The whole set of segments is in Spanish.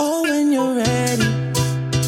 Oh,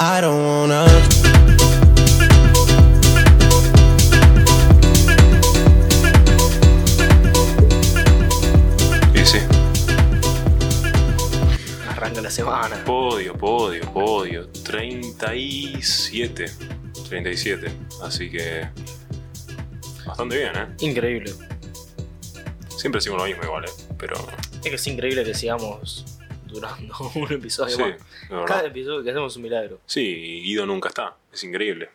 I don't wanna. Y sí, Arranca la semana. podio, podio, podio. 37. 37. Así que. Bastante bien, ¿eh? Increíble. Siempre decimos lo mismo igual, ¿eh? Pero. Es que es increíble que sigamos durando un episodio Sí, más. de verdad. Cada episodio que hacemos es un milagro. Sí, y Guido nunca está. Es increíble.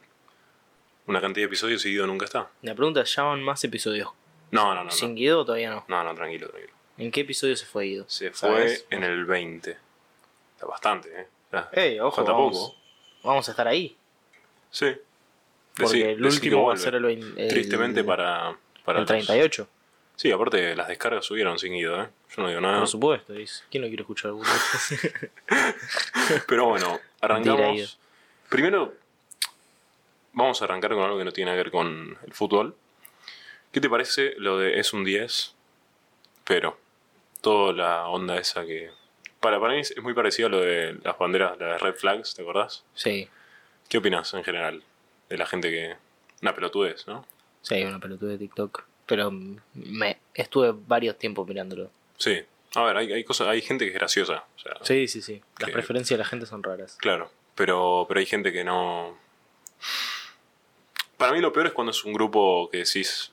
Una cantidad de episodios y Guido nunca está. La pregunta es, ¿ya van más episodios? No, no, no. No, ¿Sin Guido o todavía no? no, no tranquilo, tranquilo. ¿En qué episodio se fue Guido? Se fue ¿Sabes? en el 20. Está bastante, ¿eh? Ya. Ey, ojo, Falta vamos, poco. vamos a estar ahí. Sí. Decí- Porque el decí que último va a vuelve. ser el, vein- el- Tristemente para. para el los- 38. Sí, aparte las descargas subieron sin Guido, ¿eh? Yo no digo nada. Por supuesto, dice. ¿Quién no quiere escuchar algún Pero bueno, Mentira, Guido. arrancamos. Primero, vamos a arrancar con algo que no tiene que ver con el fútbol. ¿Qué te parece lo de es un 10? Pero, toda la onda esa que. Para, para mí es es muy parecido a lo de las banderas, las red flags, ¿te acordás? Sí, ¿Qué opinas en general de la gente que. Una pelotudez, ¿no? sí, una pelotuda de TikTok. Pero mm, me estuve varios tiempos mirándolo. Sí. A ver, hay, hay, cosas, hay gente que es graciosa. O sea, Sí, sí, sí. Las Que- preferencias de la gente son raras. Claro, pero, pero hay gente que no. Para mí lo peor es cuando es un grupo que decís.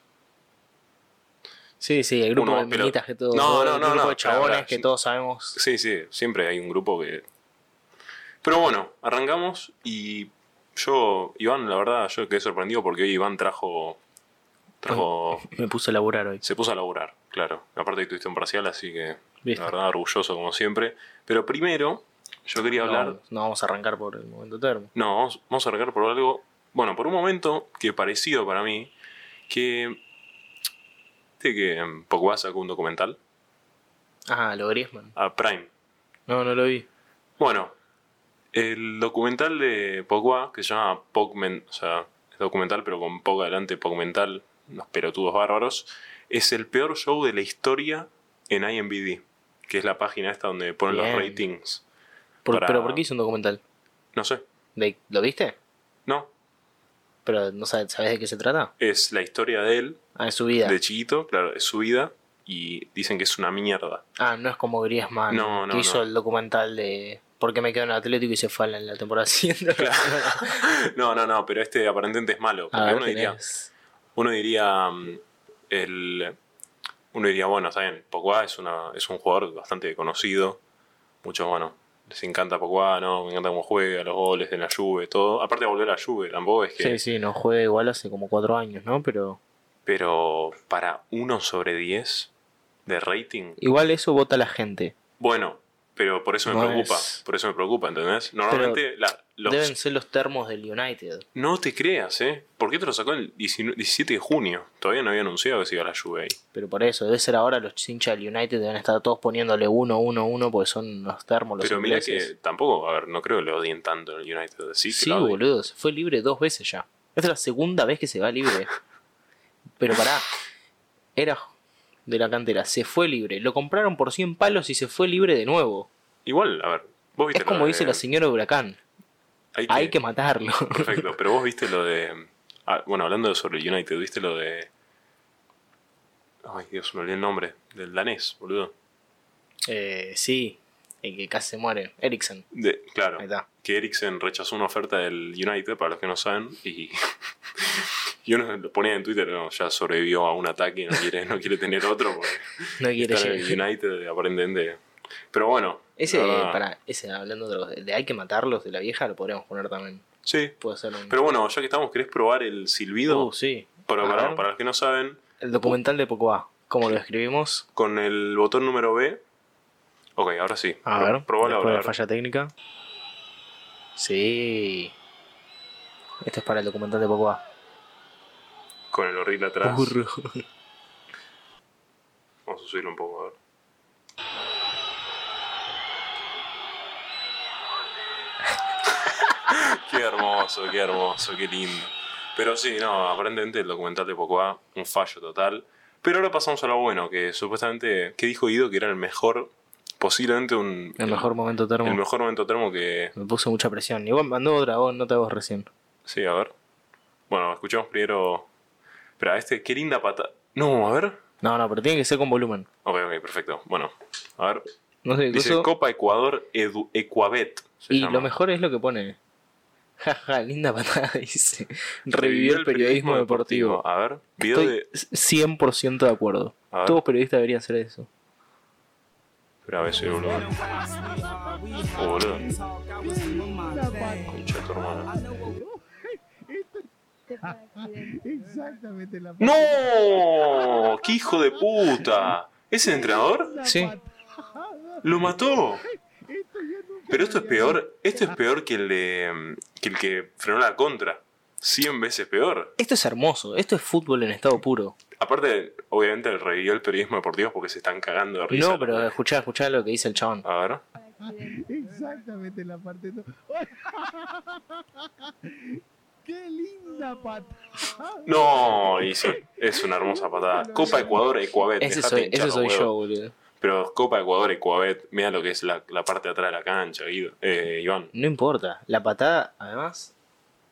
Sí, sí, el grupo Uno, de pero- militas que todos. No, no, el no, grupo no, de chabones claro, que sí. todos sabemos. Sí, sí, siempre hay un grupo que. Pero bueno, arrancamos y yo, Iván, la verdad, yo quedé sorprendido porque hoy Iván trajo. Trajo. Me puse a laburar hoy. Se puso a laburar, claro. Aparte que tuviste un parcial, así que. Listo. La verdad, orgulloso como siempre. Pero primero, yo quería No, hablar. no vamos a arrancar por el momento termo. No, vamos, vamos a arrancar por algo. Bueno, por un momento que parecido para mí, que. Viste que mm, Pogba sacó un documental Ah, lo Griezmann. a Prime. No, no lo vi. Bueno, el documental de Pogba, que se llama Pogmen, o sea, es documental pero con Pog adelante, Pogmental, unos pelotudos bárbaros, es el peor show de la historia en IMBD, que es la página esta donde ponen los Bien. ratings. Por- Para- ¿Pero por qué hizo un documental? No sé, ¿De- ¿Lo viste? no, Pero no sabes, sabes de qué se trata. es la historia de él Ah, es su vida. de chiquito, claro, es su vida y dicen que es una mierda. Ah, no es como Griezmann. No, no, que hizo no. el documental de por qué me quedo en el Atlético y se fue en la temporada siguiente. No, no, no, pero este aparentemente es malo. a Porque ver, uno diría, tenés- uno diría mm, el uno diría, bueno, está bien, Pogba es una, es un jugador bastante conocido. Muchos, bueno, les encanta Pogba, ¿no? Me encanta cómo juega, los goles en la Juve, todo. Aparte de volver a la Juve, tampoco es que. Sí, sí, no juega igual hace como cuatro años, ¿no? Pero Pero para 1 sobre 10 de rating. igual eso vota la gente. Bueno, pero por eso me No preocupa. es- Por eso me preocupa, ¿entendés? Normalmente la- los Deben ser los termos del United. No te creas, ¿eh? ¿Por qué te lo sacó el 19 17 de junio? Todavía no había anunciado que se iba a la Juve ahí. Pero por eso, debe ser ahora los hinchas del United deben estar todos poniéndole 1, 1, 1 porque son los termos los Pero mira ingleses. que tampoco, a ver, no creo que lo odien tanto en el United. Sí, que Sí, lo odian. boludo, se fue libre dos veces ya. Esta es la segunda vez que se va libre. Pero pará, era de la cantera, se fue libre. Lo compraron por 100 palos y se fue libre de nuevo. Igual, a ver, vos viste Es lo como de- dice la señora Huracán, Hay que- hay que matarlo. Perfecto, pero vos viste lo de... ah, bueno, hablando sobre el United, viste lo de... Ay, Dios, me olvidé el nombre. Del danés, boludo. eh, sí, el que casi se muere, Eriksen. De- claro. Ahí está. que Eriksen rechazó una oferta del United, para los que no saben, y, yo uno lo ponía en Twitter, no, ya sobrevivió a un ataque, no quiere, no quiere tener otro, porque No quiere está en llegar. el United aparentemente. Pero bueno, Ese, la verdad, pará, ese hablando de, los- de hay que matarlos de la vieja, lo podríamos poner también. sí. Puede ser un. Pero bueno, ya que estamos, ¿querés probar el silbido? Uh, sí. Pero A para, ver. para los que no saben, El documental de Pogba, como lo escribimos. con el botón número B. Ok, ahora sí. A Pro- ver, probalo después de ahora. la falla técnica. Sí. Este es para el documental de Pogba. Con el horrible atrás. Burro. Vamos a subirlo un poco a ver. qué hermoso, qué hermoso, qué lindo. Pero sí, no, aparentemente el documental de Pocoa, un fallo total. Pero ahora pasamos a lo bueno, que supuestamente, ¿qué dijo Guido? Que era el mejor, posiblemente un... El mejor momento termo. el mejor momento termo que... Me puso mucha presión. Igual mandó otra vos, no te vos recién. Sí, a ver. Bueno, escuchamos primero... Espera, este, qué linda pata... No, a ver. No, no, pero tiene que ser con volumen. Ok, ok, perfecto. Bueno, a ver. No sé, Dice coso- Copa Ecuador Edu- Ecuabet. se Y llama. lo mejor es lo que pone. Jaja, linda patada, dice. Revivió el periodismo deportivo. A ver, video Estoy de. 100% de acuerdo. A ver. Todos los periodistas deberían hacer eso. Espera, a ver si boludo. Oh, boludo. Concha de tu hermana. Exactamente la ¡No! ¡Qué hijo de puta! ¿Es el entrenador? Sí. ¡Lo mató! Pero esto es peor. Esto es peor que el de. que el que frenó la contra. 100 veces peor. Esto es hermoso. Esto es fútbol en estado puro. Aparte, obviamente, el revivió el periodismo deportivo porque se están cagando de risa. No, pero escuchá, escuchá lo que dice el chabón. A ver. Exactamente la parte. do- ¡Qué linda patada! No, y sí, es una hermosa patada. Copa Ecuador, Ecuabet. Ese dejate soy, hinchar ese los soy huevos. yo, boludo. Pero Copa Ecuador, Ecuabet, mira lo que es la, la parte de atrás de la cancha, Guido- eh, Iván. No importa. La patada, además.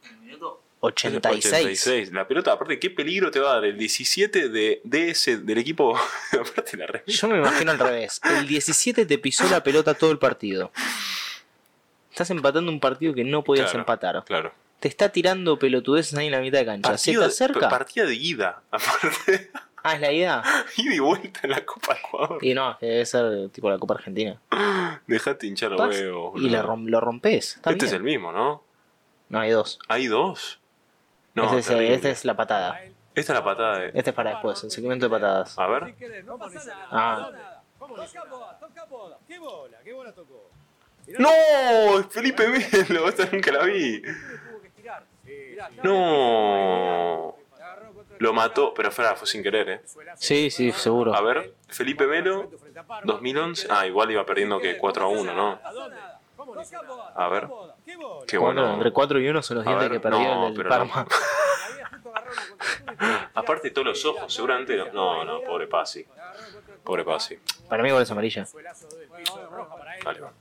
En el minuto 86. La pelota, aparte, qué peligro te va a dar el 17 de, de ese, del equipo. aparte, la re... Yo me imagino al revés. El 17 te pisó la pelota todo el partido. Estás empatando un partido que no podías Claro, empatar. Claro. Te está tirando pelotudeces ahí en la mitad de cancha. ¿Se te de- acerca? partida de ida, aparte. Ah, es la idea. ida y vuelta en la Copa Ecuador. Y no, es que debe ser tipo la Copa Argentina. Dejate hinchar los Vas huevos. y la boludo. rom- lo rompes. Está Este es bien. el mismo, ¿no? No, hay dos. Hay dos. No, Este es- terrible. esta es la patada. Esta es la patada de. Este es para después, el segmento de patadas. A ver. Ah, ¡No! Felipe Melo, esta nunca la vi. ¡No! Lo mató, pero fuera, fue sin querer, ¿eh? sí, sí, seguro. A ver, Felipe Melo, 2011. Ah, igual iba perdiendo que 4 a 1, ¿no? A ver. Qué Cuatro, bueno. Entre 4 y 1 son los A dientes ver, que perdió no, el del pero Parma. Aparte, todos los ojos, seguramente. No, no, no, pobre Pasi. Pobre Pasi. Para mí, igual es amarilla. Dale, va.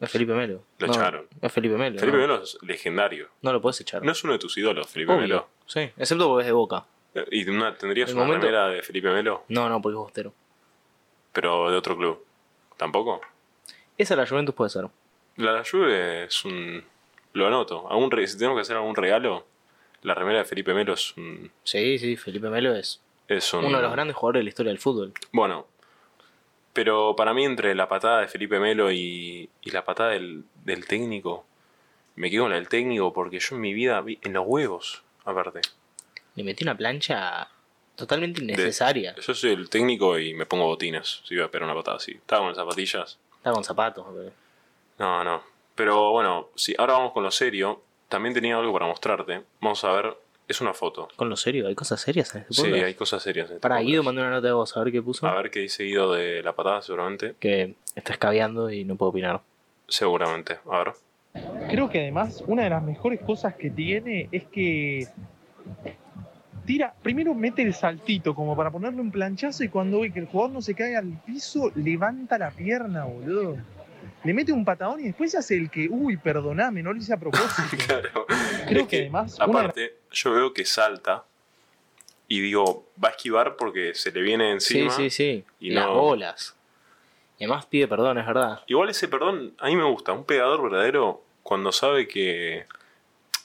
Es Felipe Melo. Lo No, echaron. Es Felipe Melo. Felipe no. Melo es legendario. No lo podés echar. No es uno de tus ídolos, Felipe Obvio. Melo. Sí, excepto porque es de boca. ¿Y una- tendrías El una momento- remera de Felipe Melo? No, no, porque es bostero. Pero de otro club. ¿Tampoco? Esa la Juventus puede ser. La de la Juve es un. Lo anoto. Algún re- Si tenemos que hacer algún regalo, la remera de Felipe Melo es un. Sí, sí, Felipe Melo es es un- uno de los grandes jugadores de la historia del fútbol. Bueno. Pero para mí, entre la patada de Felipe Melo y, y la patada del, del técnico, me quedo con la del técnico porque yo en mi vida vi en los huevos, aparte. Le metió una plancha totalmente innecesaria. Yo soy el técnico y me pongo botinas. Si iba a esperar una patada así. Estaba con zapatillas. Estaba con zapatos. pero- No, no. Pero bueno, si ahora vamos con lo serio. También tenía algo para mostrarte. Vamos a ver. Es una foto. Con lo serio, hay cosas serias en este Sí, podcast? hay cosas serias. en este Para podcast. Guido mandó una nota de voz a ver qué puso. A ver qué dice Guido de la patada, seguramente. Que está escabeando y no puedo opinar. Seguramente. A ver. Creo que además una de las mejores cosas que tiene es que tira, primero mete el saltito como para ponerle un planchazo y cuando ve que el jugador no se cae al piso, levanta la pierna, boludo. Le mete un patadón y después hace el que, uy, perdoname, no lo hice a propósito. Claro. Creo Es que además una de las- Aparte, yo veo que salta y digo, va a esquivar porque se le viene encima. sí, sí, sí. y Las no- bolas. Y además pide perdón, es verdad. Igual ese perdón, a mí me gusta. Un pegador verdadero cuando sabe que.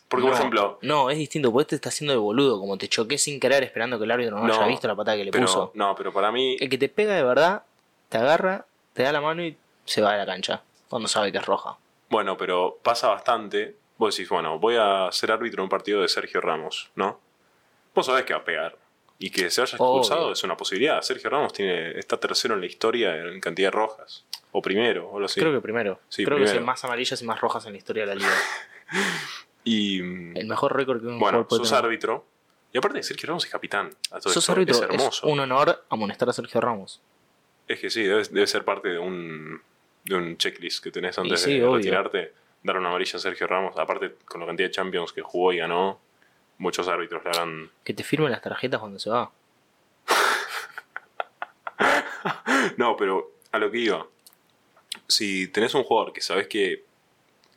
Porque, no, por ejemplo. No, es distinto, porque este está haciendo de boludo. Como te choqué sin querer esperando que el árbitro no, No, haya visto la patada que le pero- puso. no, pero para mí. El que te pega de verdad, te agarra, te da la mano y se va de la cancha. Cuando sabe que es roja. Bueno, pero pasa bastante. Vos decís, bueno, voy a ser árbitro en un partido de Sergio Ramos, ¿no? Vos sabés que va a pegar. Y que se haya expulsado Obvio. es una posibilidad. Sergio Ramos tiene, está tercero en la historia en cantidad de rojas. O primero, o lo así. Creo que primero. Sí, Creo que es primero. el más amarillas y más rojas en la historia de la liga. Y mm, El mejor récord que un bueno, jugador puede sos tener. árbitro. Y aparte de Sergio Ramos es capitán. A todo Sos esto. árbitro, Es hermoso. es un honor amonestar a Sergio Ramos. Es que sí, debe, debe ser parte de un, de un checklist que tenés antes sí, de obvio. retirarte. Dar una amarilla a Sergio Ramos. Aparte, con la cantidad de Champions que jugó y ganó, muchos árbitros le harán. Que te firmen las tarjetas cuando se va. No, pero a lo que iba. Si tenés un jugador que sabés que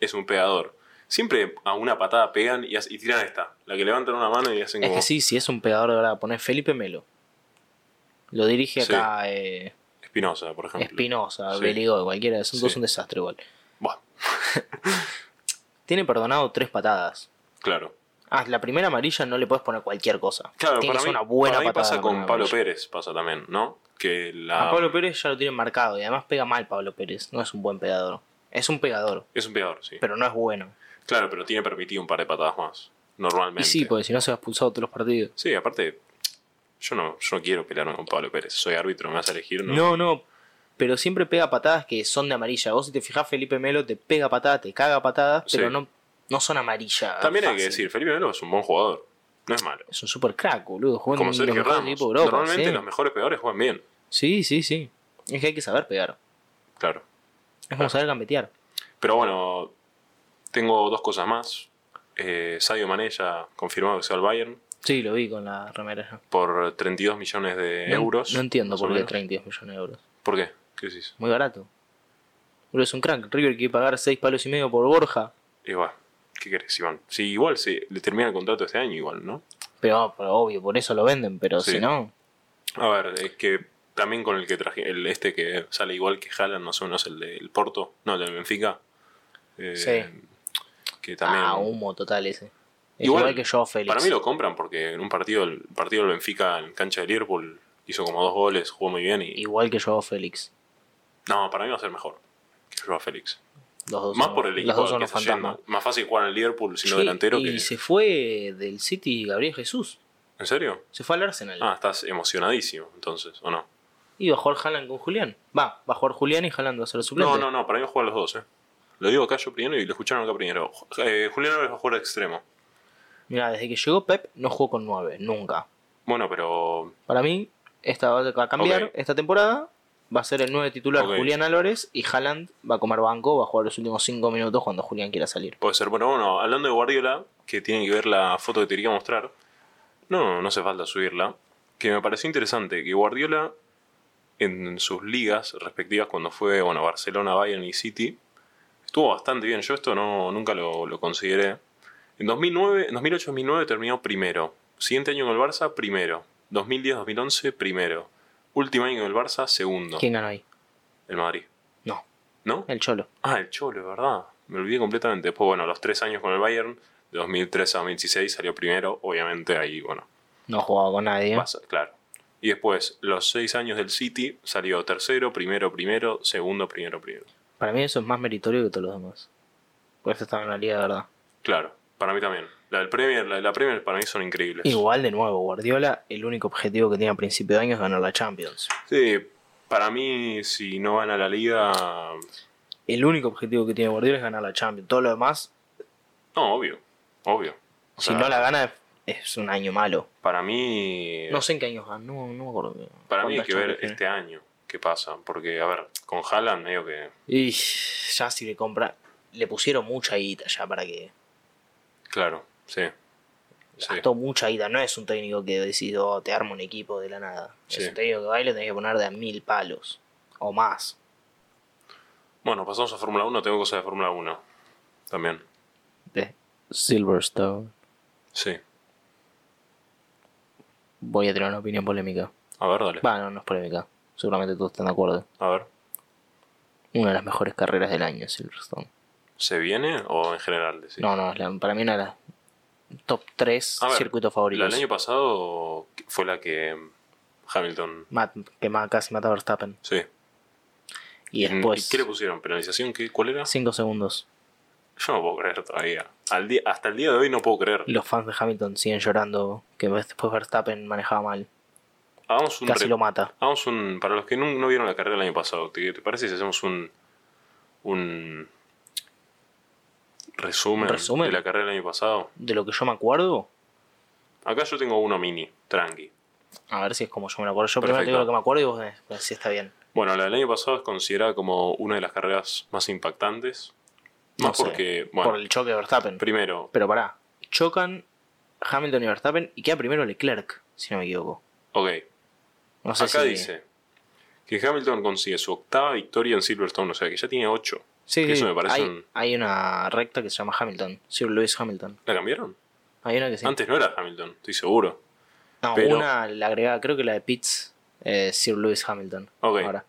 es un pegador, siempre a una patada pegan y, hace- y tiran esta. La que levantan una mano y hacen Es como. que sí, si es un pegador de verdad, poner Felipe Melo. Lo dirige Sí. acá eh, Espinosa, por ejemplo. Espinosa, Sí. Beligoy, cualquiera. Son dos Sí. un desastre igual. Buah, Tiene perdonado tres patadas. claro. Ah, la primera amarilla no le puedes poner cualquier cosa. Claro, Tiene para que mí, ser una buena para mí patada pasa la con primera Pablo amarilla. Pérez, pasa también, ¿no? Que la. A Pablo Pérez ya lo tienen marcado y además pega mal Pablo Pérez. No es un buen pegador. Es un pegador, Es un pegador, sí. pero no es bueno. Claro, pero tiene permitido un par de patadas más. Normalmente. Y sí, pues- porque si no se va expulsado todos los partidos. Sí, aparte, yo no, yo no quiero pelearme con Pablo Pérez. Soy árbitro, me vas a elegir, ¿no? No, no. Pero siempre pega patadas que son de amarilla. Vos si te fijás, Felipe Melo te pega patadas, te caga patadas, Sí. pero no, no son amarillas. También hay que fácil. decir, Felipe Melo es un buen jugador. No es malo. Es un super crack, boludo. Jugando Como Sergio Ramos. Normalmente ¿sí? los mejores pegadores juegan bien. sí, sí, sí. Es que hay que saber pegar. Claro. Es como saber gambetear. Pero bueno, tengo dos cosas más. Eh, Sadio Mané ya confirmado que se va al Bayern Sí, lo vi con la remera. por 32 millones de No- Eh, euros. No entiendo más o por qué menos. 32 millones de euros. ¿Por qué? ¿Qué decís? Muy barato. Boludo, es un crack. River quiere pagar 6 palos y medio por Borja. Igual, ¿qué querés, Iván? Sí, igual se le termina el contrato este año, igual, ¿no? Pero, pero obvio, por eso lo venden. Pero Sí. si no, A ver, es que también con el que traje, el este que sale igual que Jalan, más o menos el del Porto, no, el del Benfica. eh, Sí. Que también. ah, humo total ese. Es Igual, igual, que yo, Félix. Para mí lo compran porque en un partido, el partido del Benfica en cancha de Liverpool hizo como dos goles, jugó muy bien y. Igual que yo, Félix. No, para mí va a ser mejor que Joao Félix. Los dos Más son- por el equipo Los dos son que los está fantasmas. yendo. Más fácil jugar en el Liverpool siendo Che, delantero y que. se fue del City Gabriel Jesús. ¿En serio? Se fue al Arsenal. Ah, estás emocionadísimo, entonces, ¿o no? Y va a jugar Haaland con Julián. Va, va a jugar Julián y Haaland va a ser el suplente. No, no, no, para mí juegan los dos, eh. Lo digo acá yo primero y lo escucharon acá primero. Ju- eh, Julián Álvarez va a jugar de extremo. Mira, desde que llegó Pep no jugó con 9, nunca. Bueno, pero. Para mí, esta va a cambiar Ok. esta temporada. Va a ser el 9 titular Ok. Julián Álvarez y Haaland va a comer banco, va a jugar los últimos 5 minutos cuando Julián quiera salir. Puede ser. Bueno, bueno, hablando de Guardiola, que tiene que ver la foto que te quería mostrar. No, no hace falta subirla. Que me pareció interesante que Guardiola, en sus ligas respectivas, cuando fue, bueno, Barcelona, Bayern y City, estuvo bastante bien. Yo esto no, nunca lo, lo consideré. En 2009, en 2008-2009 terminó primero. Siguiente año con el Barça, primero. 2010-2011, primero. Último año con el Barça, segundo. ¿Quién ganó ahí? El Madrid. No, ¿No? el Cholo. Ah, el Cholo, ¿verdad? Me olvidé completamente. Después, bueno, los tres años con el Bayern, de 2003 a 2016 salió primero, obviamente ahí, bueno, No jugaba con nadie. pasa, claro. Y después, los seis años del City, salió tercero, primero, primero, segundo, primero, primero. Para mí eso es más meritorio que todos los demás. Por eso estaba en la liga de verdad. Claro, para mí también. La del Premier, la de la Premier para mí son increíbles. Igual de nuevo, Guardiola, el único objetivo que tiene a principio de año es ganar la Champions. Sí, para mí, si no van a la liga... El único objetivo que tiene Guardiola es ganar la Champions. Todo lo demás, No, obvio, obvio. O si sea, no la gana, es un año malo. Para mí... No sé en qué año ganó, no me acuerdo. Para mí hay cuántas que ver Champions este año qué pasa. Porque, a ver, con Haaland medio que... tiene. Y ya si le compra. Le pusieron mucha guita ya para que. Claro, sí. Sí. Gastó mucha guita. No es un técnico que decidió "Oh, te armo un equipo de la nada. Sí. Es un técnico que va y le tenés que poner de a mil palos. O más. Bueno, pasamos a Fórmula 1, tengo cosas de Fórmula 1. También. De Silverstone. Sí. Voy a tener una opinión polémica. A ver, dale. Va, no, no es polémica. Seguramente todos están de acuerdo. A ver. Una de las mejores carreras del año, Silverstone. ¿Se viene o en general? decís? No, no, es la- para mí una de las top 3 A ver, circuitos La favoritos. del año pasado fue la que Hamilton. Mat- que ma- casi mata a Verstappen. Sí. Y después. ¿Y ¿Qué le pusieron? ¿Penalización? ¿Qué, ¿Cuál era? 5 segundos. Yo no puedo creer todavía. Al día, hasta el día de hoy no puedo creer. Los fans de Hamilton siguen llorando que después Verstappen manejaba mal. Hagamos un, Casi re- lo mata. hagamos un. Para los que no, no vieron la carrera el año pasado, ¿te, te parece si hacemos un. un. resumen, ¿Un resumen? de la carrera del año pasado. De lo que yo me acuerdo, Acá yo tengo uno mini, tranqui. a ver si es como yo me lo acuerdo. Yo primero te Perfecto. digo lo que me acuerdo y vos eh, si está bien. Bueno, la del año pasado es considerada como una de las carreras más impactantes. No Más sé, porque, bueno, Por el choque de Verstappen. primero, Pero pará, chocan Hamilton y Verstappen y queda primero Leclerc, si no me equivoco. ok, No sé acá si- dice que Hamilton consigue su octava victoria en Silverstone, o sea que ya tiene ocho. Sí, que eso sí, me parece hay, un- hay una recta que se llama Hamilton, Sir Lewis Hamilton. ¿La cambiaron? Hay una que sí. Antes no era Hamilton, estoy seguro. no, pero- una la agregada, creo que la de Pitts, eh, Sir Lewis Hamilton. Ok. Ahora,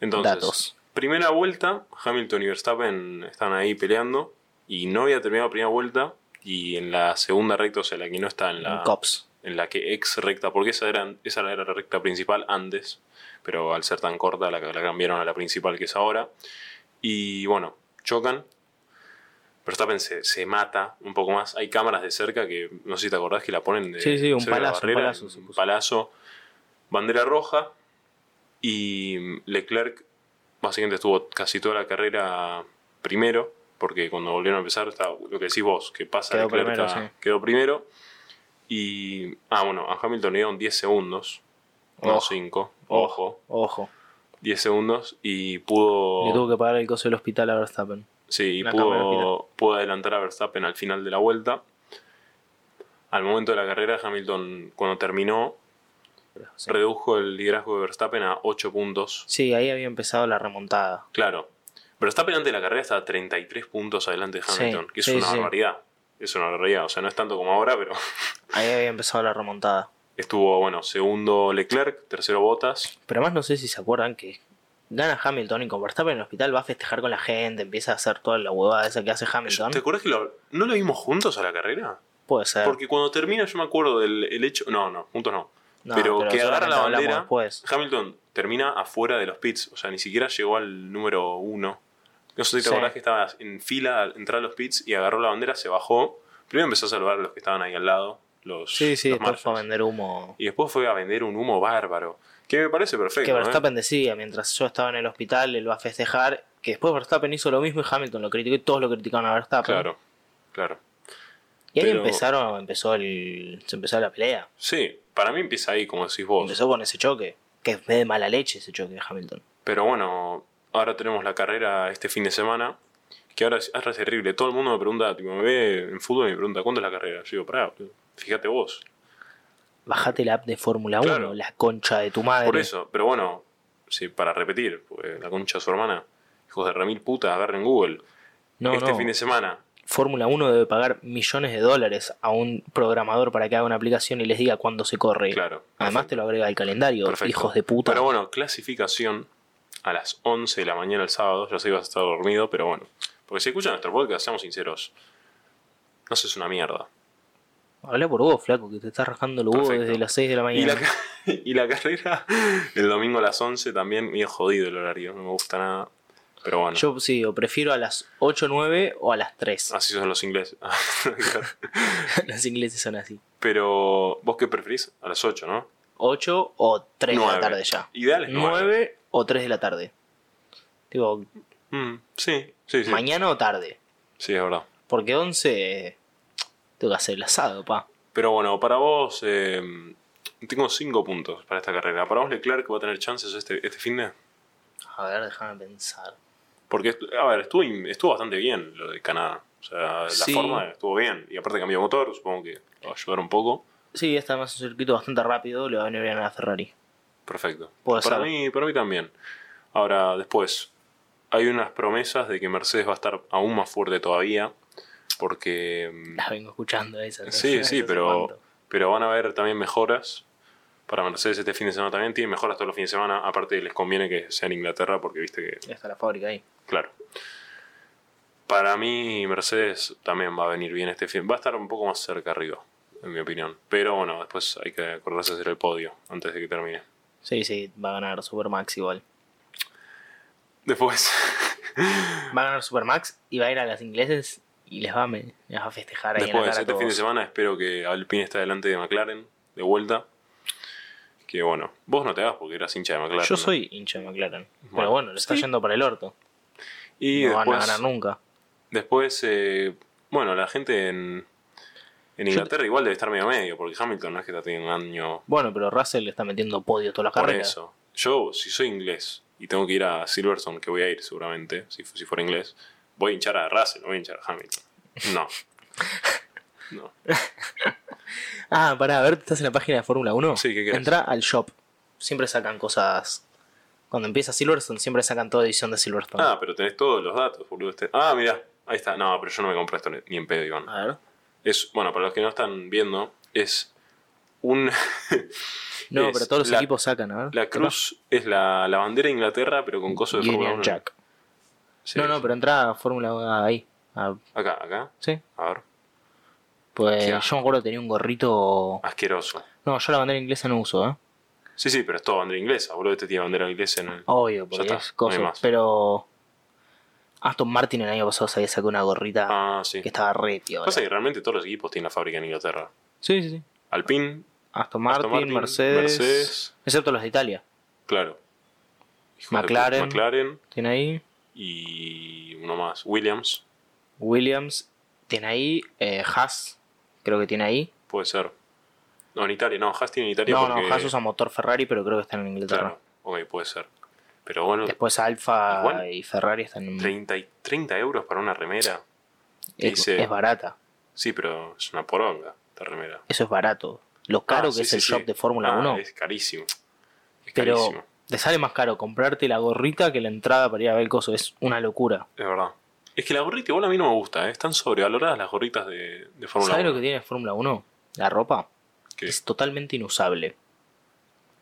Entonces, Datos. primera vuelta, Hamilton y Verstappen están ahí peleando y no había terminado la primera vuelta y en la segunda recta, o sea, la que no está en la, en Cops. en la que ex recta, porque esa era, esa era la recta principal antes, pero al ser tan corta la, la cambiaron a la principal que es ahora. Y bueno, chocan. Verstappen se, se mata un poco más. Hay cámaras de cerca que no sé si te acordás que la ponen de Sí, sí, un cerca de la palazo, un barrera, palazo se un puso. palazo. Bandera roja. Y Leclerc básicamente estuvo casi toda la carrera primero, porque cuando volvieron a empezar, está lo que decís vos, que pasa Quedó Leclerc primero, está- sí. quedó primero. Y. Ah, bueno, a Hamilton le dieron 10 segundos. No Ojo. 5. Ojo. Ojo. 10 segundos. Y pudo. Le tuvo que pagar el costo del hospital a Verstappen. Sí, y La cámara pudo, pudo adelantar a Verstappen al final de la vuelta. Al momento de la carrera, Hamilton, cuando terminó, Sí. redujo el liderazgo de Verstappen a 8 puntos. Sí, ahí había empezado la remontada. Claro. Verstappen antes de la carrera estaba 33 puntos adelante de Sí, Hamilton, que es sí, una sí. barbaridad. Es una barbaridad. O sea, no es tanto como ahora, pero Ahí había empezado la remontada. estuvo, bueno, segundo Leclerc, tercero Bottas. Pero además no sé si se acuerdan que gana Hamilton y con Verstappen en el hospital va a festejar con la gente, empieza a hacer toda la huevada esa que hace Hamilton. ¿Te acuerdas que lo- no lo vimos juntos a la carrera? Puede ser. Porque cuando termina, yo me acuerdo del el hecho. No, no, juntos no. No, pero, que agarra seguramente la hablamos bandera. Después. Hamilton termina afuera de los pits, o sea, ni siquiera llegó al número uno. No sé si te Sí. acordás que estaba en fila al entrar a los pits y agarró la bandera, se bajó. Primero empezó a saludar a los que estaban ahí al lado, los, Sí, sí, los después fue a marshals. vender humo. Y después fue a vender un humo bárbaro, que me parece perfecto. Que ¿eh? Verstappen decía, mientras yo estaba en el hospital, él va a festejar. Que después Verstappen hizo lo mismo y Hamilton lo criticó y todos lo criticaron a Verstappen. Claro, claro. y ahí pero- empezaron, empezó el, se empezó la pelea. Sí, para mí empieza ahí, como decís vos. Empezó con ese choque. Que es de mala leche ese choque de Hamilton. Pero bueno, ahora tenemos la carrera este fin de semana. Que ahora es, ahora es terrible. Todo el mundo me pregunta, tipo, me ve en fútbol y me pregunta, ¿cuándo es la carrera? Yo digo, pará, fíjate vos. Bajate la app de Fórmula 1, Claro. la concha de tu madre. Por eso, pero bueno, sí, para repetir, porque la concha de su hermana, hijos de Ramil puta, agarren Google. No, este no. fin de semana, Fórmula 1 debe pagar millones de dólares a un programador para que haga una aplicación y les diga cuándo se corre. claro. Eh, Además te lo agrega al calendario, Perfecto. hijos de puta. Pero bueno, clasificación a las 11 de la mañana el sábado. Ya sé que vas a estar dormido, pero bueno. Porque si escuchan nuestro podcast, seamos sinceros. No sé, es una mierda. Habla por vos, flaco, que te estás rascando el huevo Perfecto. desde las 6 de la Y mañana. la, ca- y la carrera el domingo a las 11 también, medio jodido el horario, no me gusta nada. Pero bueno, Yo sí, o prefiero a las 8, 9 o a las 3. así son los ingleses. Los ingleses son así. pero vos qué preferís? A las 8, ¿no? 8 o 3 de Nueve. la tarde ya. Ideal es 9. 9 o 3 de la tarde. Digo, Mm, sí, sí, sí. mañana o tarde. Sí, es verdad. Porque 11 eh, tengo que hacer el asado, pa. Pero bueno, para vos, eh, tengo 5 puntos para esta carrera. Para vos, Leclerc va a tener chances este, este fin de. A ver, déjame pensar. Porque, est- a ver, estuvo, in- estuvo bastante bien lo de Canadá. O sea, la Sí. forma estuvo bien. Y aparte cambió de motor, supongo que va a ayudar un poco. Sí, está más un circuito bastante rápido, le va a venir bien a la Ferrari. Perfecto. Puede para ser. mí, para mí también. Ahora, después, hay unas promesas de que Mercedes va a estar aún más fuerte todavía. Porque. mm, Las vengo escuchando esas. Sí, no sí, sé pero, cuánto. pero van a haber también mejoras. Para Mercedes este fin de semana también tienen mejoras todos los fines de semana. Aparte les conviene que sea en Inglaterra porque viste que, Ya está la fábrica ahí. claro. Para mí Mercedes también va a venir bien este fin. Va a estar un poco más cerca arriba, en mi opinión. Pero bueno, después hay que acordarse de hacer el podio antes de que termine. Sí, sí, va a ganar Supermax igual. Después, Va a ganar Supermax y va a ir a las ingleses y les va a, me- les va a festejar ahí en la después cara a este todos. fin de semana espero que Alpine esté delante de McLaren, de vuelta. Que bueno, vos no te hagas porque eras hincha de McLaren. Yo ¿no? soy hincha de McLaren. Bueno, pero bueno, le está sí. yendo para el orto. Y no van a después- ganar nunca. Después, eh, bueno, la gente en, en Inglaterra igual debe estar medio medio, porque Hamilton no es que está teniendo un año Bueno, pero Russell le está metiendo podio todas las por carreras. eso. Yo, si soy inglés y tengo que ir a Silverstone, que voy a ir seguramente, si, fu- si fuera inglés, voy a hinchar a Russell, no voy a hinchar a Hamilton. No. No. Ah, pará, a ver, estás en la página de Fórmula 1. Sí, ¿qué querés? Entra al shop. Siempre sacan cosas. Cuando empieza Silverstone, siempre sacan toda edición de Silverstone. Ah, pero tenés todos los datos, boludo. Este- Ah, mirá, ahí está. No, pero yo no me compré esto ni- ni en pedo, Iván. A ver. Es, bueno, para los que no están viendo, es un... No, es pero todos los la- equipos sacan, a ver. La cruz es la, la bandera de Inglaterra, pero con coso de Fórmula Union 1. Jack. Sí, no, no, sí. pero entra a Fórmula 1 ahí. Ah, Acá, acá. sí. A ver. Pues Qué yo asco. me acuerdo que tenía un gorrito. Asqueroso. No, yo la bandera inglesa no uso, ¿eh? Sí, sí, pero es todo bandera inglesa, boludo. Este tiene bandera inglesa en el... Obvio, porque está, es no hay cosa. más. pero. Aston Martin el año pasado sabía sacar una gorrita Ah, sí. que eh. estaba re, tío. Pasa que realmente todos los equipos tienen la fábrica en Inglaterra. Sí, sí, sí. Alpine, Aston Martin, Aston Martin, Mercedes, Mercedes. Excepto los de Italia. claro. Hijo de McLaren. puta, McLaren Tiene ahí. y uno más. Williams, Williams. Tiene ahí. Eh, Haas. Creo que tiene ahí. puede ser. No, en Italia, no. Haas tiene en Italia no, porque... no, Haas usa motor Ferrari, pero creo que están en Inglaterra. Claro, ok, puede ser. Pero bueno, Después Alfa Igual. y Ferrari están en. 30, y- 30 euros para una remera. Es, dice- es barata. Sí, pero es una poronga esta remera. Eso es barato. Lo caro Ah, que sí, es sí, el sí. shop de Fórmula Ah, 1. Es carísimo. Es Pero carísimo. te sale más caro comprarte la gorrita que la entrada para ir a ver el coso. Es una locura. Es verdad. Es que la gorrita igual a mí no me gusta, ¿eh? están sobrevaloradas las gorritas de, de Fórmula ¿Sabes 1. lo que tiene Fórmula 1? La ropa. ¿Qué? Es totalmente inusable.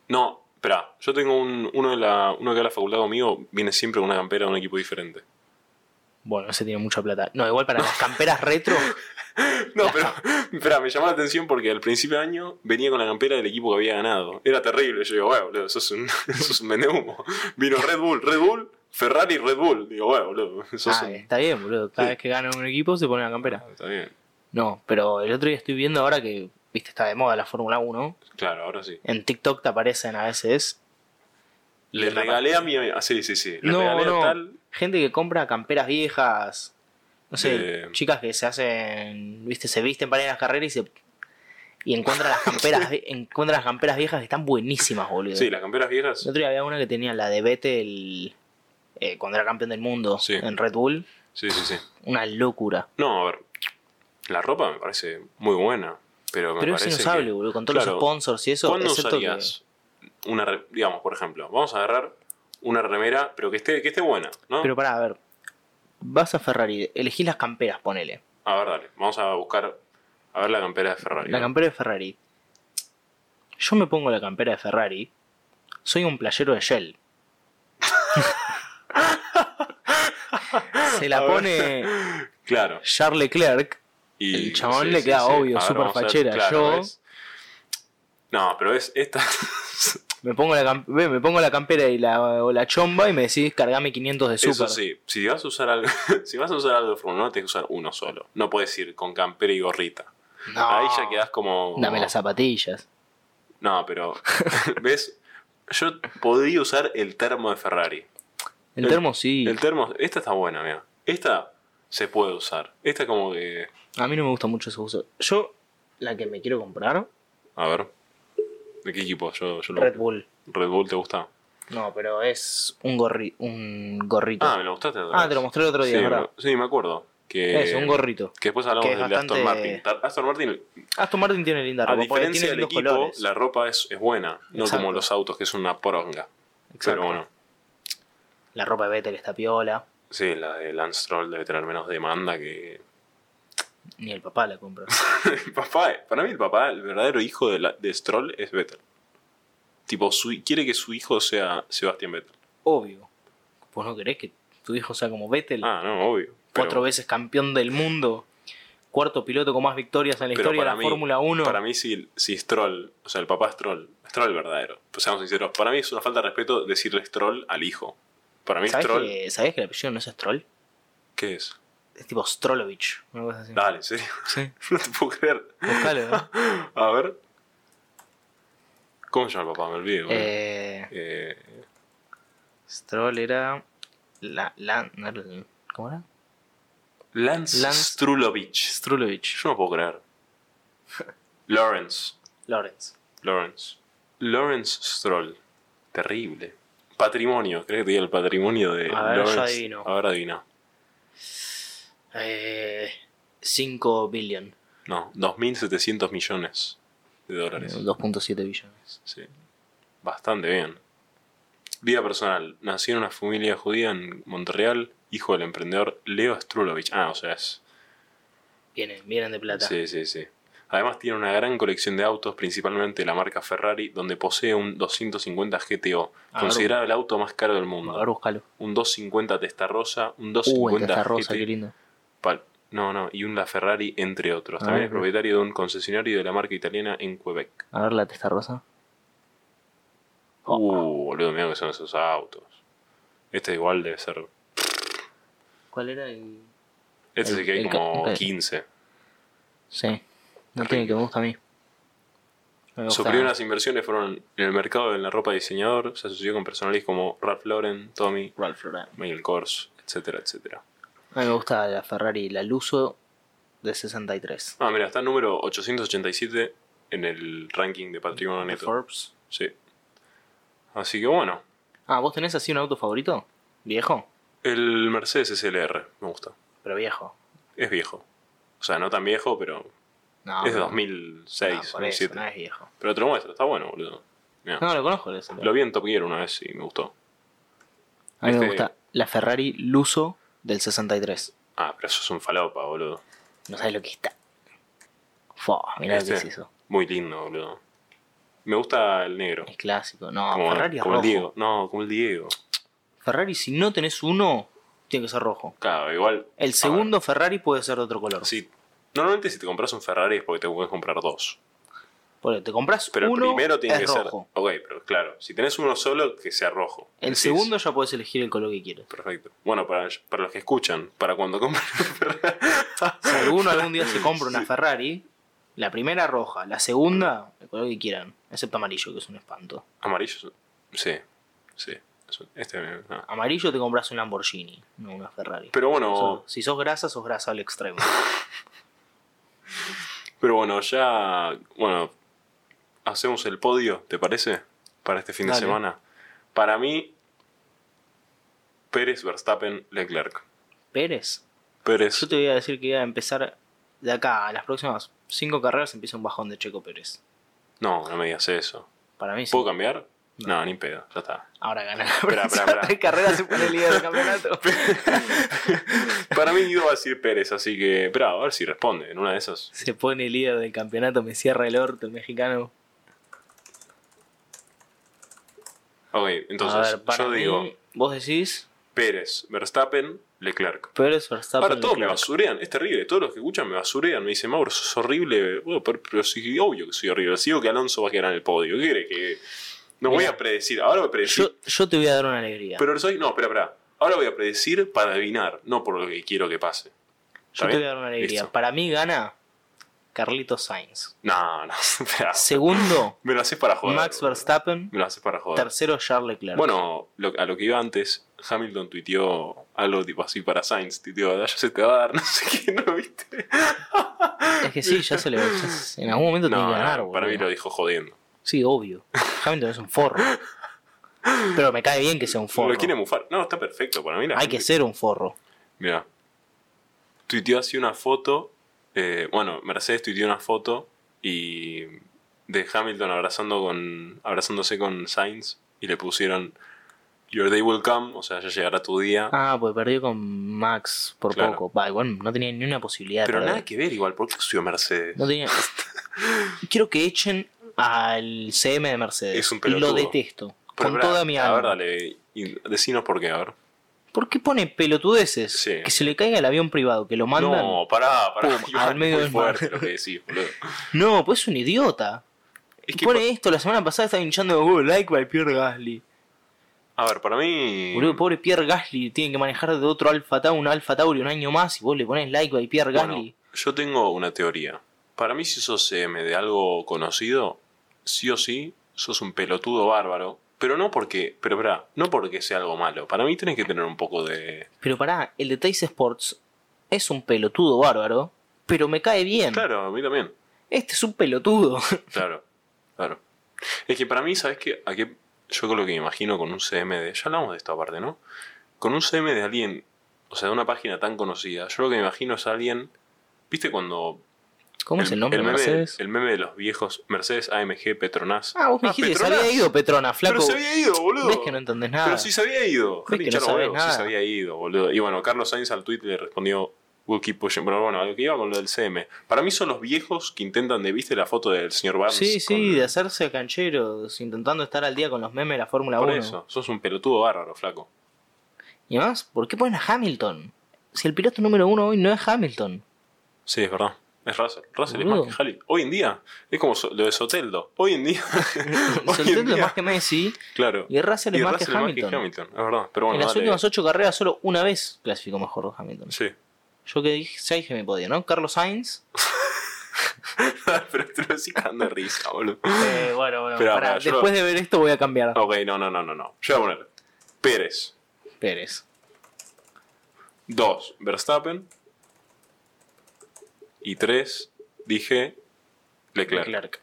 No, espera, yo tengo un, uno de la, uno que a la facultad conmigo viene siempre con una campera de un equipo diferente. Bueno, ese tiene mucha plata. No, igual para las camperas retro. No, pero espera, me llamó la atención porque al principio de año venía con la campera del equipo que había ganado. Era terrible, yo digo, bueno, boludo, sos un, sos un vendehumo. Vino Red Bull, Red Bull, Ferrari, Red Bull. Digo, bueno, boludo, sos Ah, un- está bien, boludo. Cada Sí. Ah, vez que gana un equipo se pone la campera. Está bien, No, pero el otro día estoy viendo ahora que, viste, está de moda la Fórmula 1. claro, ahora sí. En TikTok te aparecen a veces. Le la- regalé a mi amigo. Ah, sí, sí, sí. Le No, regalé no. a tal. Gente que compra camperas viejas. No sé, Eh. chicas que se hacen, viste, se visten para ir a las carreras y se y encuentran las camperas, vi- encuentran las camperas viejas que están buenísimas, boludo. Sí, las camperas El viejas. otro día había una que tenía la de Vettel eh, cuando era campeón del mundo Sí. en Red Bull, Sí, sí, sí. una locura. No, a ver. La ropa me parece muy buena. Pero me Pero es parece. inusable, que- boludo, con todos Claro. los sponsors y eso, ¿Cuándo excepto que- usarías una. re- Digamos, por ejemplo, vamos a agarrar una remera, pero que esté, que esté buena, ¿no? Pero pará, a ver. Vas a Ferrari, elegís las camperas, ponele. A ver, dale. Vamos a buscar. A ver la campera de Ferrari. La campera de Ferrari. Yo me pongo la campera de Ferrari. Soy un playero de Shell. Se la A ver. pone Claro. Charles Leclerc. Y, El chabón le queda obvio, A ver, súper vamos a ver, fachera. Yo- ¿ves? No, pero es esta. Me pongo la, cam- ve, me pongo la campera y la, o la chomba y me decís cargame 500 de super. Eso sí, si vas a usar algo, si vas a usar algo de Fórmula 1, tienes que usar uno solo. No puedes ir con campera y gorrita. No. Ahí ya quedás como. Dame las zapatillas. No, pero. ¿Ves? Yo podría usar el termo de Ferrari. El, El- termo sí. El termo. Esta está buena, mira. Esta se puede usar. Esta como que. A mí no me gusta mucho ese uso. Yo, la que me quiero comprar, A ver. ¿De qué equipo? Yo, yo lo- Red Bull. Red Bull te gusta. No, pero es un, gorri un gorrito. Ah, me lo gustaste. Ah, te lo mostré el otro día, sí, Eh, ¿verdad? Me, sí, me acuerdo. Que, Es un gorrito. Que después hablamos que es del de Aston bastante- Martin. Ta- Aston Martin, Aston Martin tiene linda a ropa. porque diferencia tiene del lindos equipo, colores. la ropa es, es buena. No Exacto. como los autos, que es una poronga. Exacto. Pero bueno. La ropa de Vettel está piola. Sí, la de Lance Troll debe tener menos demanda que. Ni el papá la compra. El papá, para mí el papá, el verdadero hijo de, la- de Stroll es Vettel. Tipo, su- quiere que su hijo sea Sebastián Vettel. Obvio. Pues no querés que tu hijo sea como Vettel. Ah, no, obvio. Pero- cuatro veces campeón del mundo. Cuarto piloto con más victorias en la pero historia de para la mí- Fórmula 1. Para mí si, si Stroll, o sea, el papá es Stroll, Stroll el verdadero. Pues seamos sinceros, para mí es una falta de respeto decirle Stroll al hijo. Para mí ¿Sabés Stroll, que, ¿Sabés que el apellido no es Stroll? ¿qué es? Es tipo Strolovich. Una cosa así. Dale, ¿en serio? Sí. no te puedo creer. Buscalo, ¿eh? A ver. ¿Cómo se llama el papá? Me olvido. boludo. Eh, Eh, Stroll era. La, la- no era el- ¿Cómo era? Lance, Lance- Strulovich. Strulovich. Yo no puedo creer. Lawrence. Lawrence. Lawrence. Lawrence Stroll. Terrible. Patrimonio. ¿Crees que te diga el patrimonio de A ver, yo Lawrence? adivino. Ahora adivina. Eh, 5 billion. No, 2.700 millones de dólares. Eh, 2.7 billones. Sí. Bastante bien. Vida personal. Nació en una familia judía en Montreal, hijo del emprendedor Leo Strulovich. Ah, o sea, es. Vienen, vienen de plata. Sí, sí, sí. Además tiene una gran colección de autos, principalmente la marca Ferrari, donde posee un 250 GTO, Ah, considerado el auto más caro del mundo. A ver, búscalo. Un 250 Testarossa, un Uh, el 250 rosa, GT qué lindo. Pal- No, no, y un LaFerrari, entre otros. Ah, También es mira. propietario de un concesionario de la marca italiana en Quebec. A ver la testa rosa. Oh. Uh, boludo, mira que son esos autos. Este igual debe ser. ¿Cuál era el...? Este El- sí que hay el como ca- eh. 15. Sí. No tiene que me gusta a mí. No me Sus gusta- primeras inversiones fueron en el mercado de la ropa de diseñador. Se asoció con personajes como Ralph Lauren, Tommy, Ralph Lauren. Michael Kors, etcétera, etcétera. A mí me gusta la Ferrari, la Luso de 63. Ah, mira, está número 887 en el ranking de patrimonio De neto. Forbes. Sí. Así que bueno, Ah, ¿vos tenés así un auto favorito? ¿Viejo? el Mercedes SLR me gusta. Pero viejo. Es viejo. O sea, no tan viejo, pero No, es de Ah, no. 2006, No, por eso, 2007. no es viejo. Pero te lo muestro, está bueno, boludo. Mirá. No, lo conozco. ese. Lo vi en Top Gear una vez y me gustó. a mí me este- gusta la Ferrari Luso del 63. Ah, pero eso es un falopa, boludo. No sabes lo que está. Fua, mirá lo que Este. es eso. Muy lindo, boludo. Me gusta el negro. Es clásico. No, como Ferrari es como el rojo. Diego. No, como el Diego. Ferrari, si no tenés uno, tiene que ser rojo. Claro, igual. El segundo Ferrari puede ser de otro color. Sí. Normalmente si te compras un Ferrari es porque te puedes comprar dos. Por eso, te compras Pero uno, el primero tiene es que rojo. ser. Ok, pero claro. Si tenés uno solo, que sea rojo. El Decís, segundo ya puedes elegir el color que quieres. Perfecto. Bueno, para, para los que escuchan, para cuando compren un Ferrari. Si alguno algún día se compra una Ferrari, la primera roja, la segunda, el color que quieran, excepto amarillo, que es un espanto. Amarillo. Sí. Sí. Eso- Este. no. Amarillo te compras un Lamborghini, no una Ferrari. Pero bueno. So, si sos grasa, sos grasa al extremo. Pero bueno, ya. Bueno, hacemos el podio, ¿te parece? Para este fin de Dale. semana. Para mí, Pérez, Verstappen, Leclerc. Pérez, Pérez. yo te voy a decir que voy a empezar de acá a las próximas cinco carreras empieza un bajón de Checo Pérez. No, no me digas eso. Para mí sí. ¿Puedo cambiar? No, ni pedo, ya está. Ahora gana. Esperá, La esperá, próxima esperá. tres carreras se pone líder del campeonato. Para mí, Guido va a decir Pérez, así que. Pero a ver si responde en una de esas. se pone líder del campeonato, me cierra el orto el mexicano. Ok, entonces, a ver, para yo mí, digo vos decís Pérez, Verstappen, Leclerc. Pérez Verstappen. Ahora todos me Leclerc. basurean, es terrible. Todos los que escuchan me basurean, me dicen, Mauro, sos horrible. Bueno, pero, pero sí, obvio que soy horrible. Sigo que Alonso va a quedar en el podio. ¿Qué crees que.? No voy Mirá. a predecir. Ahora voy a predecir. Yo, yo te voy a dar una alegría. Pero soy. No, espera, espera. Ahora voy a predecir para adivinar, no por lo que quiero que pase. yo te bien? voy a dar una alegría. Listo. Para mí gana Carlitos Sainz. No, no, espera. Segundo, Me lo haces para Ah, joder. Max boludo. Verstappen. Me lo haces para joder. Tercero, Charles Leclerc. Bueno, lo- a lo que iba antes, Hamilton tuiteó algo tipo así para Sainz. Tuiteó, ya se te va a dar, no sé qué, ¿no viste? es que sí, ya se le ya se- En algún momento tiene No, que ganar, no, para mí boludo. lo dijo jodiendo. Sí, obvio. Hamilton es un forro. Pero me cae bien que sea un forro. Lo quiere mufar. No, está perfecto. Para mí la Hay que gente- ser un forro. Mira. Tuiteó así una foto. eh, bueno, Mercedes tuiteó una foto y de Hamilton abrazando con, abrazándose con Sainz y le pusieron Your day will come, o sea, ya llegará tu día. Ah, pues perdió con Max por Claro. poco. Va, igual no tenía ni una posibilidad. de Pero perder. nada que ver igual, ¿por qué subió Mercedes? No tenía. Quiero que echen al CM de Mercedes. Es un pelotudo. Lo detesto. Pero, con pará, toda mi A ver, alma. dale, y decinos por qué, a ver. ¿Por qué pone pelotudeces? Sí. Que se le caiga el avión privado, que lo mandan. No, No, pará, pará. Pum, Iván, al medio muy del mar. fuerte lo que decís, boludo. pues es un idiota. Es Y que, pone esto, la semana pasada estaba hinchando "Oh, like by Pierre Gasly. a ver, para mí... Boludo, pobre Pierre Gasly, tiene que manejar de otro Alfa Tauri, un Alfa Tauri un año más y vos le pones like by Pierre Bueno, Gasly. yo tengo una teoría. Para mí, si sos CM de algo conocido, sí o sí, sos un pelotudo bárbaro. Pero no porque, pero pará, no porque sea algo malo. Para mí tenés que tener un poco de. Pero pará, el de Tays Sports es un pelotudo bárbaro, pero me cae bien. Claro, a mí también. Este es un pelotudo. Claro, claro. Es que para mí, ¿sabes qué? ¿A qué? Yo lo que me imagino con un CMD, ya hablamos de esta parte, ¿no? Con un CM de alguien, o sea, de una página tan conocida, yo lo que me imagino es alguien, ¿viste cuando... ¿Cómo es el nombre de meme, Mercedes? El meme de los viejos, Mercedes, AMG, Petronas. Ah, vos me dijiste que se Petronas. había ido Petrona, flaco. Pero se había ido, boludo. Ves que no entendés nada. Pero sí se había ido. Ves que no Hinchar sabés huevos, sí nada. se había ido, boludo. Y bueno, Carlos Sainz al tweet le respondió, we'll keep pushing. Pero bueno, a lo que iba con lo del CM. Para mí son los viejos que intentan, de ¿viste la foto del señor Barnes? Sí, sí, con- de hacerse cancheros, intentando estar al día con los memes de la Fórmula Por 1. eso, sos un pelotudo bárbaro, flaco. Y además, ¿por qué ponen a Hamilton? Si el piloto número uno hoy no es Hamilton. Sí, es verdad. Es Russell. Russell Boludo. es más que Halley. Hoy en día, es como so- lo de Soteldo. Hoy en día. hoy en Soteldo es día, más que Messi Claro. y Russell es Y más Russell que Hamilton. Es verdad. Pero bueno, en las dale. últimas ocho carreras solo una vez clasificó mejor Hamilton. Sí. Yo que dije, ya dije me podía, ¿no? Carlos Sainz. pero te lo sí cagando de risa, boludo. Eh, bueno, bueno, Pero, pará, pará, yo lo- después de ver esto voy a cambiar. Ok, no, no, no, no, no. Yo voy a poner Pérez. Pérez. 2. Verstappen. Y 3. Dije Leclerc. Leclerc.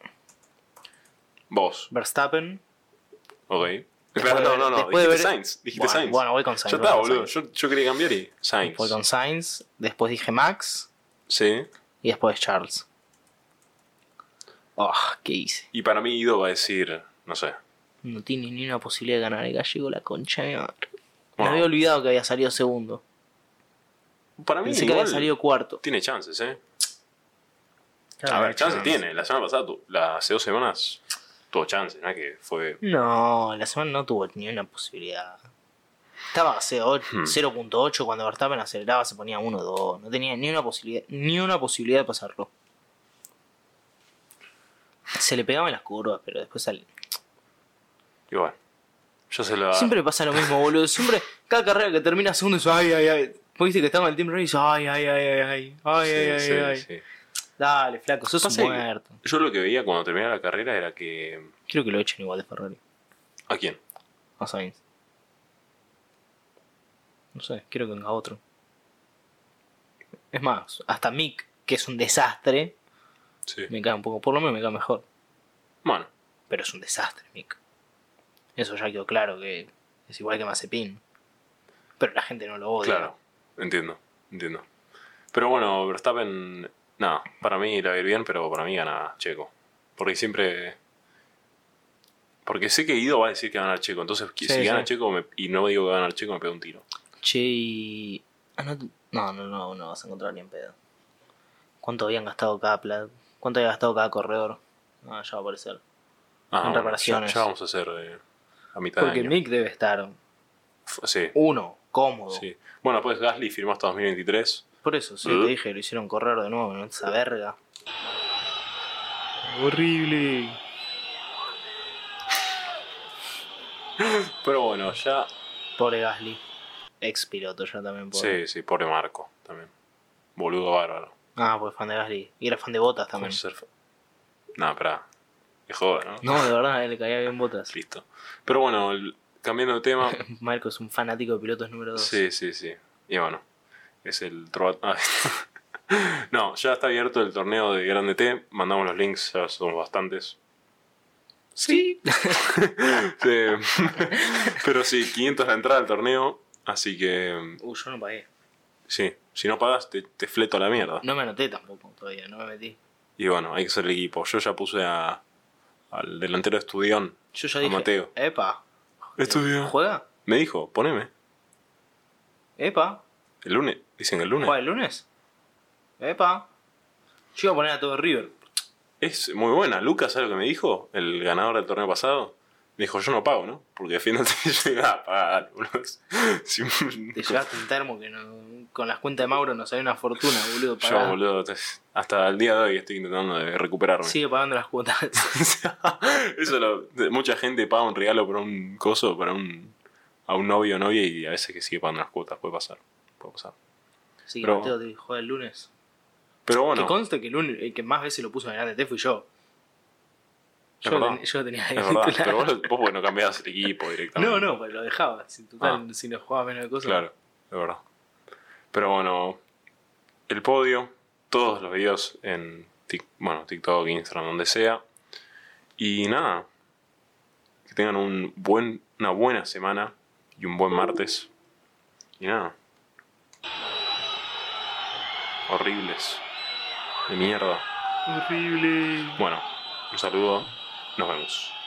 Vos. Verstappen. Ok. Después Claro, de no, ver- no, no. después de Dijiste ver- Sainz. Dijiste bueno, Sainz. bueno, voy con Sainz. ya voy está, con boludo. Sainz. Yo, yo quería cambiar y. Sainz. Voy con Sainz. Después dije Max. Sí. Y después Charles. Oh, ¿qué hice? Y para mí Ido va a decir, no sé. No tiene ni una posibilidad de ganar el gallego, la concha de mi madre. Bueno, Me había olvidado que había salido segundo. para mí Pensé que igual había salido cuarto. tiene chances, ¿eh? a ver, chances tiene. La semana pasada, tu- la, hace dos semanas, tuvo chances, ¿no? Que fue... No, la semana no tuvo ni una posibilidad. Estaba a 0 Hmm. 0.8 cuando Verstappen aceleraba, se ponía 1-2. No tenía ni una posibilidad, ni una posibilidad de pasarlo. Se le pegaban las curvas, pero después sale. Igual. Yo se la... Siempre pasa lo mismo, boludo. Siempre, cada carrera que termina segundo es ay, ay, ay. Vos viste que estaba en el Team Racing y dice, ay, ay, ay, ay, ay, ay, Sí, ay, sí, ay, ay. sí. Dale, flaco, sos Pasa un que- muerto. Yo lo que veía cuando terminaba la carrera era que... Quiero que lo echen igual de Ferrari. ¿A quién? A Sainz. No sé, quiero que venga otro. Es más, hasta Mick, que es un desastre, Sí. me cae un poco. Por lo menos me cae mejor. Bueno, Pero es un desastre, Mick. Eso ya quedó claro que es igual que Mazepin. Pero la gente no lo odia. claro. Entiendo, entiendo. Pero bueno, Verstappen... Nada, para mí la va a ir bien, pero para mí gana Checo. Porque siempre... Porque sé que Ido va a decir que va a ganar Checo. Entonces, Sí, si gana sí. Checo me- y no digo que va a ganar Checo, me pego un tiro. Che, y- ah, no, te- no, no, no, no vas a encontrar ni en pedo. ¿Cuánto habían gastado cada pla- ¿Cuánto había gastado cada corredor? Ah, ya va a aparecer. Ah, en bueno, reparaciones. Ya, ya vamos a hacer eh, a mitad Porque de año. Mick debe estar F- Sí, uno, cómodo. sí. Bueno, pues Gasly firmó hasta 2023. Por eso, sí, ¿Eh? te dije, lo hicieron correr de nuevo, ¿no? Esa verga. Horrible. Pero bueno, ya... Pobre Gasly. Ex piloto, yo también pobre. Sí, sí, pobre Marco también. Boludo bárbaro. Ah, pues fan de Gasly. Y era fan de Botas también. No, espera. Que joda, ¿no? No, de verdad, a él le caía bien Botas. Listo. Pero bueno, el- cambiando de tema... Marco es un fanático de pilotos número 2. sí, sí, sí. Y bueno, es el... trova- ah, no, ya está abierto el torneo de Grande T. Mandamos los links, ya somos bastantes. Sí. Sí. Pero sí, 500 la entrada al torneo, así que Uy, Uh, yo no pagué. sí, si no pagas te, te fleto a la mierda. No me anoté tampoco todavía, no me metí. Y bueno, hay que ser el equipo. Yo ya puse a, al delantero de Estudión. Yo ya A dije. Mateo. Epa. Estudión. ¿Juega? Me dijo, poneme. Epa. El lunes, dicen el lunes. ¿Juega el lunes? Epa. Yo iba a poner a todo River. Es muy buena. Lucas, ¿sabes lo que me dijo? El ganador del torneo pasado. Me dijo, yo no pago, ¿no? Porque al final te llega a pagar, boludo. Si- Te llevaste un termo que no- con las cuentas de Mauro nos salió una fortuna, boludo. yo, pagá. boludo, te- hasta el día de hoy estoy intentando de recuperarme. Sigue pagando las cuotas. Eso lo- mucha gente paga un regalo para un coso, para un a un novio o novia y a veces que sigue pagando las cuotas, puede pasar, puede pasar. Sí, Pero- Mateo te juega el lunes. Pero Que bueno, conste que el, un- el que más veces lo puso en adelante fui yo. Yo, verdad. ten- yo tenía es ahí verdad, titular. pero vos, lo- vos bueno, cambiás el equipo directamente. No, no, pues lo dejaba. Si, Ah. total, si no jugaba menos de cosas. Claro, es verdad. Pero bueno, el podio, todos los videos en Tik- bueno, TikTok, Instagram, donde sea. Y nada, que tengan un buen, una buena semana y un buen martes. Y nada. Horribles. De mierda. Horrible. Bueno, un saludo. Nos vemos.